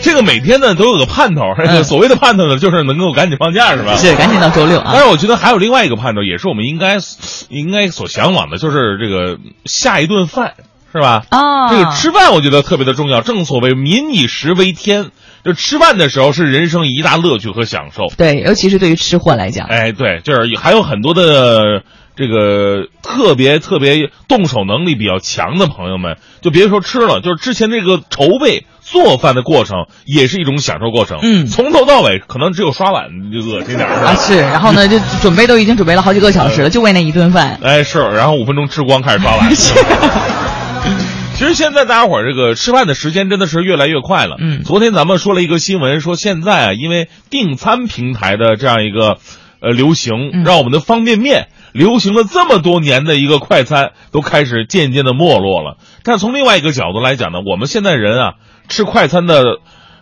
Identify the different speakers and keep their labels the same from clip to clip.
Speaker 1: 这个每天呢都有个盼头，
Speaker 2: 嗯
Speaker 1: 所谓的盼头呢，就是能够赶紧放假，是吧？
Speaker 2: 是，赶紧到周六啊
Speaker 1: 但。是我觉得还有另外一个盼头，也是我们应该应该所向往的，就是这个下一顿饭，是吧？
Speaker 2: 啊，
Speaker 1: 这个吃饭我觉得特别的重要，正所谓民以食为天，就吃饭的时候是人生一大乐趣和享受。
Speaker 2: 对，尤其是对于吃货来讲，
Speaker 1: 哎，对，就是还有很多的这个特别特别动手能力比较强的朋友们，就别说吃了，就是之前这个筹备做饭的过程也是一种享受过程。
Speaker 2: 嗯
Speaker 1: 从头到尾可能只有刷碗就恶心点儿。是吧
Speaker 2: 啊是，然后呢，就准备都已经准备了好几个小
Speaker 1: 嗯
Speaker 2: 时了，就为那一顿饭。
Speaker 1: 哎，是，然后五分钟吃光开始刷 碗。
Speaker 2: 是
Speaker 1: 其实现在大家伙儿这个吃饭的时间真的是越来越快了。
Speaker 2: 嗯
Speaker 1: 昨天咱们说了一个新闻，说现在啊，因为订餐平台的这样一个呃流行，
Speaker 2: 嗯
Speaker 1: 让我们的方便面流行了这么多年的一个快餐，都开始渐渐的没落了。但从另外一个角度来讲呢，我们现在人啊，吃快餐的。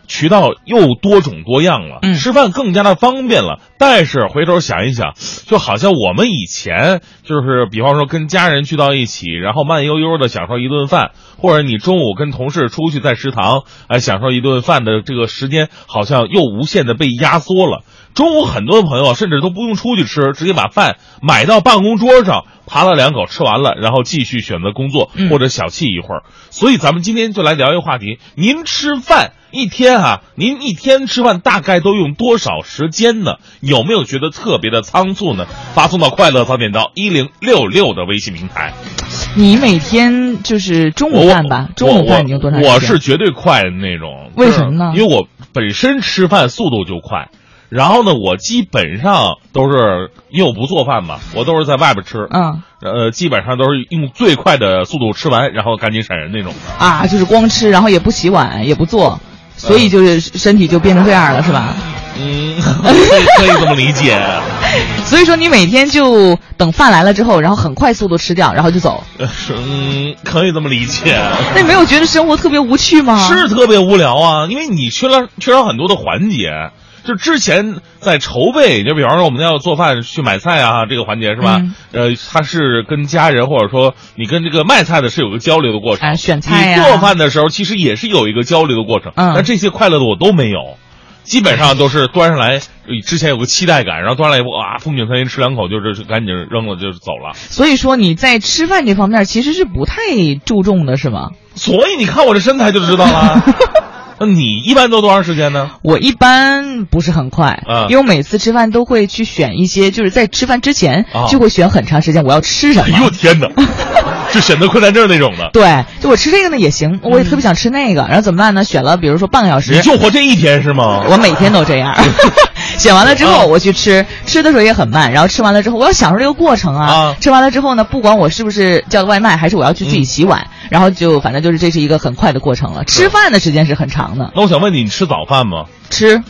Speaker 1: 渠道又多种多样了，
Speaker 2: 嗯
Speaker 1: 吃饭更加的方便了。但是回头想一想，就好像我们以前就是，比方说跟家人聚到一起，然后慢悠悠的享受一顿饭，或者你中午跟同事出去在食堂，哎，享受一顿饭的这个时间，好像又无限的被压缩了。中午很多朋友甚至都不用出去吃，直接把饭买到办公桌上，扒拉两口吃完了，然后继续选择工作
Speaker 2: 嗯
Speaker 1: 或者小憩一会儿。所以咱们今天就来聊一个话题：您吃饭一天啊，您一天吃饭大概都用多少时间呢？有没有觉得特别的仓促呢？发送到快乐早点到一零六六的微信平台。
Speaker 2: 你每天就是中午饭吧
Speaker 1: 我，
Speaker 2: 中午
Speaker 1: 我
Speaker 2: 饭你用多长时间？
Speaker 1: 我是绝对快的那种。
Speaker 2: 为什么呢
Speaker 1: 就是因为我本身吃饭速度就快，然后呢，我基本上都是因为我不做饭嘛，我都是在外边吃。
Speaker 2: 嗯
Speaker 1: 呃，基本上都是用最快的速度吃完，然后赶紧闪人那种。
Speaker 2: 啊，就是光吃，然后也不洗碗，也不做，所以就是身体就变成这样了，是吧？
Speaker 1: 嗯，可以可以这么理解。
Speaker 2: 所以说你每天就等饭来了之后，然后很快速度吃掉，然后就走。
Speaker 1: 呃是，嗯，可以这么理解。
Speaker 2: 那你没有觉得生活特别无趣吗？
Speaker 1: 是特别无聊啊，因为你缺了缺少很多的环节。就之前在筹备，就比方说我们要做饭去买菜啊，这个环节是吧？
Speaker 2: 嗯
Speaker 1: 呃，他是跟家人或者说你跟这个卖菜的是有个交流的过程，
Speaker 2: 啊，选菜呀、
Speaker 1: 你做饭的时候其实也是有一个交流的过程，
Speaker 2: 嗯
Speaker 1: 但这些快乐的我都没有。基本上都是端上来，呃之前有个期待感，然后端上来以后啊，风景餐厅吃两口就是赶紧扔了就走了。
Speaker 2: 所以说你在吃饭这方面其实是不太注重的，是吗？
Speaker 1: 所以你看我这身材就知道 了。那你一般都多长时间呢？
Speaker 2: 我一般不是很快，
Speaker 1: 嗯
Speaker 2: 因为我每次吃饭都会去选一些，就是在吃饭之前
Speaker 1: 哦
Speaker 2: 就会选很长时间，我要吃什
Speaker 1: 哎 呦
Speaker 2: 么。
Speaker 1: 我天哪，就选择困难症那种的，
Speaker 2: 对，就我吃这个呢也行，我也特别想吃那个，然后怎么办呢？选了比如说半个小时
Speaker 1: 嗯你，就活这一天是吗？
Speaker 2: 我每天都 这样。选完了之
Speaker 1: 啊
Speaker 2: 后，我去吃，吃的时候也很慢，然后吃完了之后，我要享受这个过程啊。
Speaker 1: 啊
Speaker 2: 吃完了之后呢，不管我是不是叫外卖，还是我要去自己
Speaker 1: 嗯
Speaker 2: 洗碗，然后就反正就是这是一个很快的过程了。吃饭的时间是很长的，
Speaker 1: 那我想问你，你吃早饭吗？啊
Speaker 2: 吃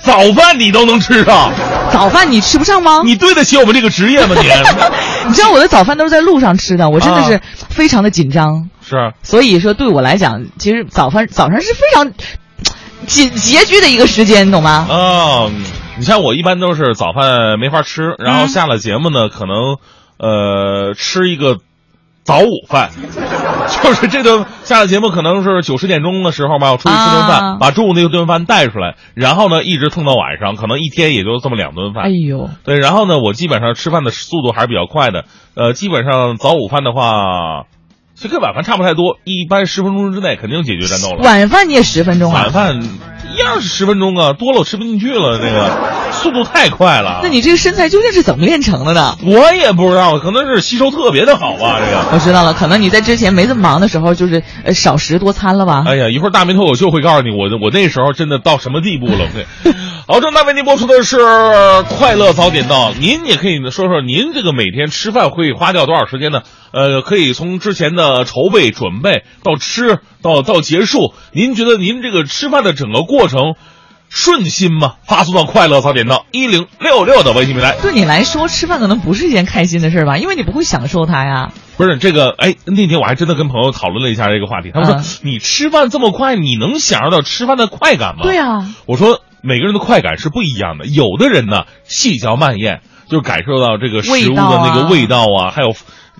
Speaker 1: 早饭你都能吃上，
Speaker 2: 早饭你吃不上吗？
Speaker 1: 你对得起我们这个职业吗？你
Speaker 2: 你知道我的早饭都是在路上吃的，我真的
Speaker 1: 啊
Speaker 2: 是非常的紧张。
Speaker 1: 是
Speaker 2: 所以说，对我来讲，其实早饭早上是非常拮拮据的一个时间，你懂吗？
Speaker 1: 哦，你像我一般都是早饭没法吃，然后
Speaker 2: 嗯
Speaker 1: 下了节目呢，可能呃吃一个早午饭， 就是这顿下了节目可能是九十点钟的时候吧，我出去吃顿饭，
Speaker 2: 啊
Speaker 1: 把中午那顿饭带出来，然后呢一直蹭到晚上，可能一天也就这么两顿饭。
Speaker 2: 哎呦，
Speaker 1: 对，然后呢，我基本上吃饭的速度还是比较快的，呃，基本上早午饭的话，其实跟晚饭差不太多，一般十分钟之内肯定解决战斗了。
Speaker 2: 晚饭你也十分钟啊
Speaker 1: 晚？饭一样是十分钟啊，多了我吃不进去了，那个速度太快了。
Speaker 2: 那你这个身材究竟是怎么练成的呢？
Speaker 1: 我也不知道，可能是吸收特别的好吧，这个。
Speaker 2: 我知道了，可能你在之前没这么忙的时候，就是呃少食多餐了吧？
Speaker 1: 哎呀，一会儿大明脱口秀会告诉你，我我那时候真的到什么地步了。对，好，正在为您播出的是《快乐早点到》，您也可以说说您这个每天吃饭会花掉多少时间呢？呃，可以从之前的筹备、准备到吃到到结束，您觉得您这个吃饭的整个过程顺心吗？发送到《快乐早点到》一零六六的微信平台。
Speaker 2: 对你来说，吃饭可能不是一件开心的事儿吧？因为你不会享受它呀。
Speaker 1: 不是这个，哎，那天我还真的跟朋友讨论了一下这个话题，他们说、
Speaker 2: 嗯
Speaker 1: 你吃饭这么快，你能享受到吃饭的快感吗？
Speaker 2: 对啊呀，
Speaker 1: 我说每个人的快感是不一样的，有的人呢细嚼慢咽，就是感受到这个食物的那个味道啊，还有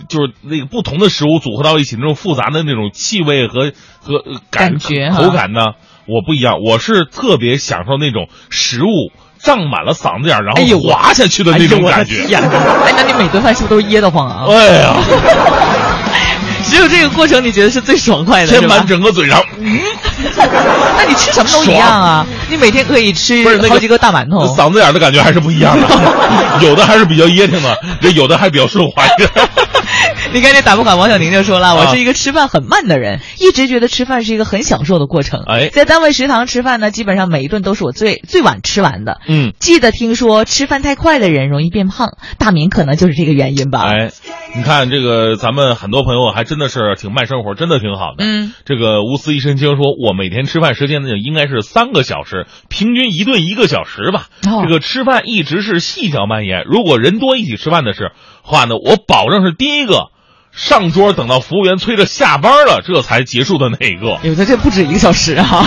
Speaker 1: 就是那个不同的食物组合到一起那种复杂的那种气味和和呃
Speaker 2: 感觉哈
Speaker 1: 口感呢，我不一样，我是特别享受那种食物胀满了嗓子眼儿，然
Speaker 2: 哎呦
Speaker 1: 后
Speaker 2: 我
Speaker 1: 滑下去的那种感觉。
Speaker 2: 天哪哎，那你每顿饭是不是都噎得慌啊？
Speaker 1: 哎呀，
Speaker 2: 只有这个过程你觉得是最爽快的，
Speaker 1: 填
Speaker 2: 是吧哎
Speaker 1: 满整个嘴上，
Speaker 2: 那你吃什么都一样啊，你每天可以
Speaker 1: 不是
Speaker 2: 吃
Speaker 1: 那个
Speaker 2: 好几个大馒头。
Speaker 1: 嗓子眼儿的感觉还是不一样的，有的还是比较噎挺的，这有的还比较顺滑一点。
Speaker 2: 你看这打不垮王小宁就说了，我
Speaker 1: 啊
Speaker 2: 是一个吃饭很慢的人，一直觉得吃饭是一个很享受的过程。
Speaker 1: 哎
Speaker 2: 在单位食堂吃饭呢，基本上每一顿都是我最最晚吃完的。
Speaker 1: 嗯，
Speaker 2: 记得听说吃饭太快的人容易变胖，大明可能就是这个原因吧。
Speaker 1: 哎，你看这个，咱们很多朋友还真的是挺慢生活，真的挺好的。
Speaker 2: 嗯，
Speaker 1: 这个无私一身轻说，我每天吃饭时间呢应该是三个小时，平均一顿一个小时吧。
Speaker 2: 哦
Speaker 1: 这个吃饭一直是细嚼慢咽，如果人多一起吃饭的是话呢，我保证是第一个上桌，等到服务员催着下班了，这才结束的那一个。
Speaker 2: 有的这不止一个小时 啊。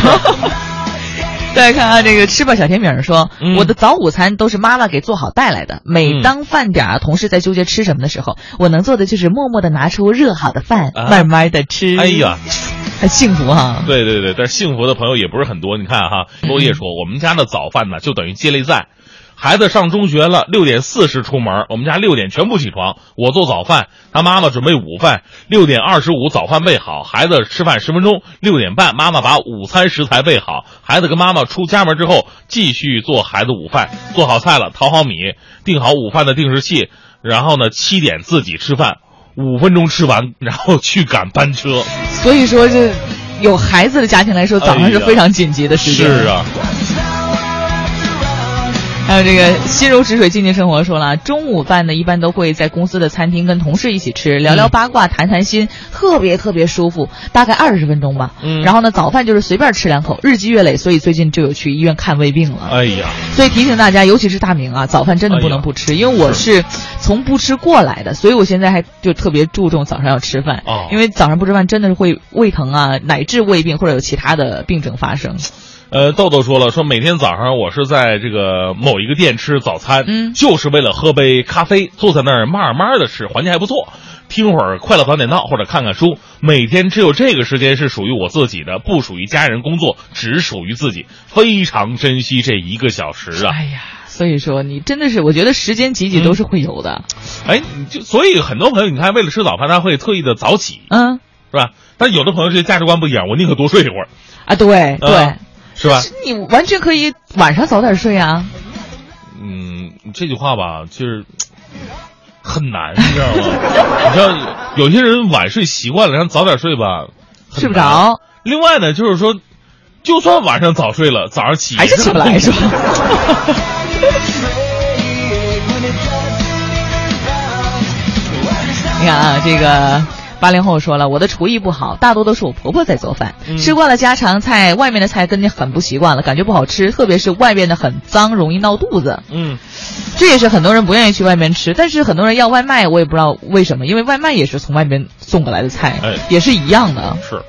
Speaker 2: 再看啊看这个吃吧小甜饼说，
Speaker 1: 嗯
Speaker 2: 我的早午餐都是妈妈给做好带来的。每当饭点儿同事在纠结吃什么的时候，我能做的就是默默的拿出热好的饭，
Speaker 1: 啊
Speaker 2: 慢慢的吃。
Speaker 1: 哎呀，
Speaker 2: 很幸福啊哈、
Speaker 1: 对对对，但是幸福的朋友也不是很多。你看 哈，落叶说，我们家的早饭呢，就等于接力赛。孩子上中学了，六点四十出门，我们家六点全部起床，我做早饭，他妈妈准备午饭，六点二十五早饭备好，孩子吃饭十分钟，六点半妈妈把午餐食材备好，孩子跟妈妈出家门之后继续做孩子午饭，做好菜了，淘好米，定好午饭的定时器，然后呢七点自己吃饭，五分钟吃完，然后去赶班车。
Speaker 2: 所以说，这有孩子的家庭来说，早上是非常紧急的时间。
Speaker 1: 是。啊，
Speaker 2: 还有这个心如止水，静静生活说了，中午饭呢一般都会在公司的餐厅跟同事一起吃，聊
Speaker 1: 嗯
Speaker 2: 聊八卦，谈谈心，特别特别舒服，大概二十分钟吧。
Speaker 1: 嗯
Speaker 2: 然后呢，早饭就是随便吃两口，日积月累，所以最近就有去医院看胃病了。
Speaker 1: 哎呀。
Speaker 2: 所以提醒大家，尤其是大明啊，早饭真的不
Speaker 1: 哎
Speaker 2: 能
Speaker 1: 呀
Speaker 2: 不吃，因为我
Speaker 1: 哎
Speaker 2: 是从不吃过来的，所以我现在还就特别注重早上要吃饭，
Speaker 1: 哦
Speaker 2: 因为早上不吃饭真的是会胃疼啊，乃至胃病或者有其他的病症发生。
Speaker 1: 呃，豆豆说了，说每天早上我是在这个某一个店吃早餐，
Speaker 2: 嗯
Speaker 1: 就是为了喝杯咖啡，坐在那儿慢慢的吃，环境还不错，听会儿《快乐早点到》或者看看书。每天只有这个时间是属于我自己的，不属于家人工作，只属于自己，非常珍惜这一个小时啊！
Speaker 2: 哎呀，所以说你真的是，我觉得时间挤挤都是会有的，
Speaker 1: 哎，你就所以很多朋友，你看为了吃早饭，他会特意的早起，
Speaker 2: 嗯
Speaker 1: 是吧？但有的朋友这价值观不一样，我宁可多睡一会儿，
Speaker 2: 啊，对对，
Speaker 1: 嗯是吧？
Speaker 2: 是你完全可以晚上早点睡啊。
Speaker 1: 嗯，这句话吧，就是很难，你知道吗？你知道有些人晚睡习惯了，然后早点睡吧，很
Speaker 2: 睡不
Speaker 1: 难。
Speaker 2: 着，
Speaker 1: 另外呢，就是说，就算晚上早睡了，早上起
Speaker 2: 还是起不来是吧？你看啊，这个八零后说了，我的厨艺不好，大多都是我婆婆在做饭，
Speaker 1: 嗯
Speaker 2: 吃惯了家常菜，外面的菜跟你很不习惯了，感觉不好吃，特别是外面的很脏，容易闹肚子。
Speaker 1: 嗯，
Speaker 2: 这也是很多人不愿意去外面吃，但是很多人要外卖，我也不知道为什么，因为外卖也是从外面送过来的菜，
Speaker 1: 哎
Speaker 2: 也是一样的。
Speaker 1: 是。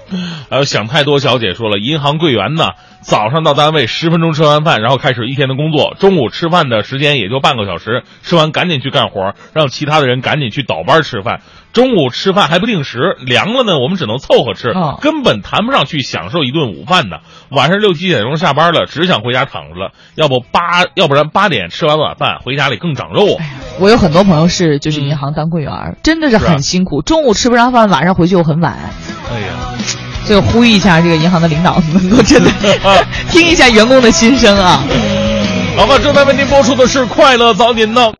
Speaker 1: 还有想太多小姐说了，银行柜员呢，早上到单位十分钟吃完饭，然后开始一天的工作，中午吃饭的时间也就半个小时，吃完赶紧去干活，让其他的人赶紧去倒班吃饭。中午吃饭还不定时，凉了呢，我们只能凑合吃，
Speaker 2: 哦
Speaker 1: 根本谈不上去享受一顿午饭的。晚上六七点钟下班了，只想回家躺着了，要不八，要不然八点吃完晚饭回家里更长肉啊。
Speaker 2: 我有很多朋友是就是银行当柜员儿，真的是
Speaker 1: 是啊
Speaker 2: 很辛苦，中午吃不上饭，晚上回去又很晚。
Speaker 1: 哎呀，
Speaker 2: 所以呼吁一下这个银行的领导，能够 真的听一下员工的心声啊。
Speaker 1: 好吧，正在为您播出的是《快乐早点到》。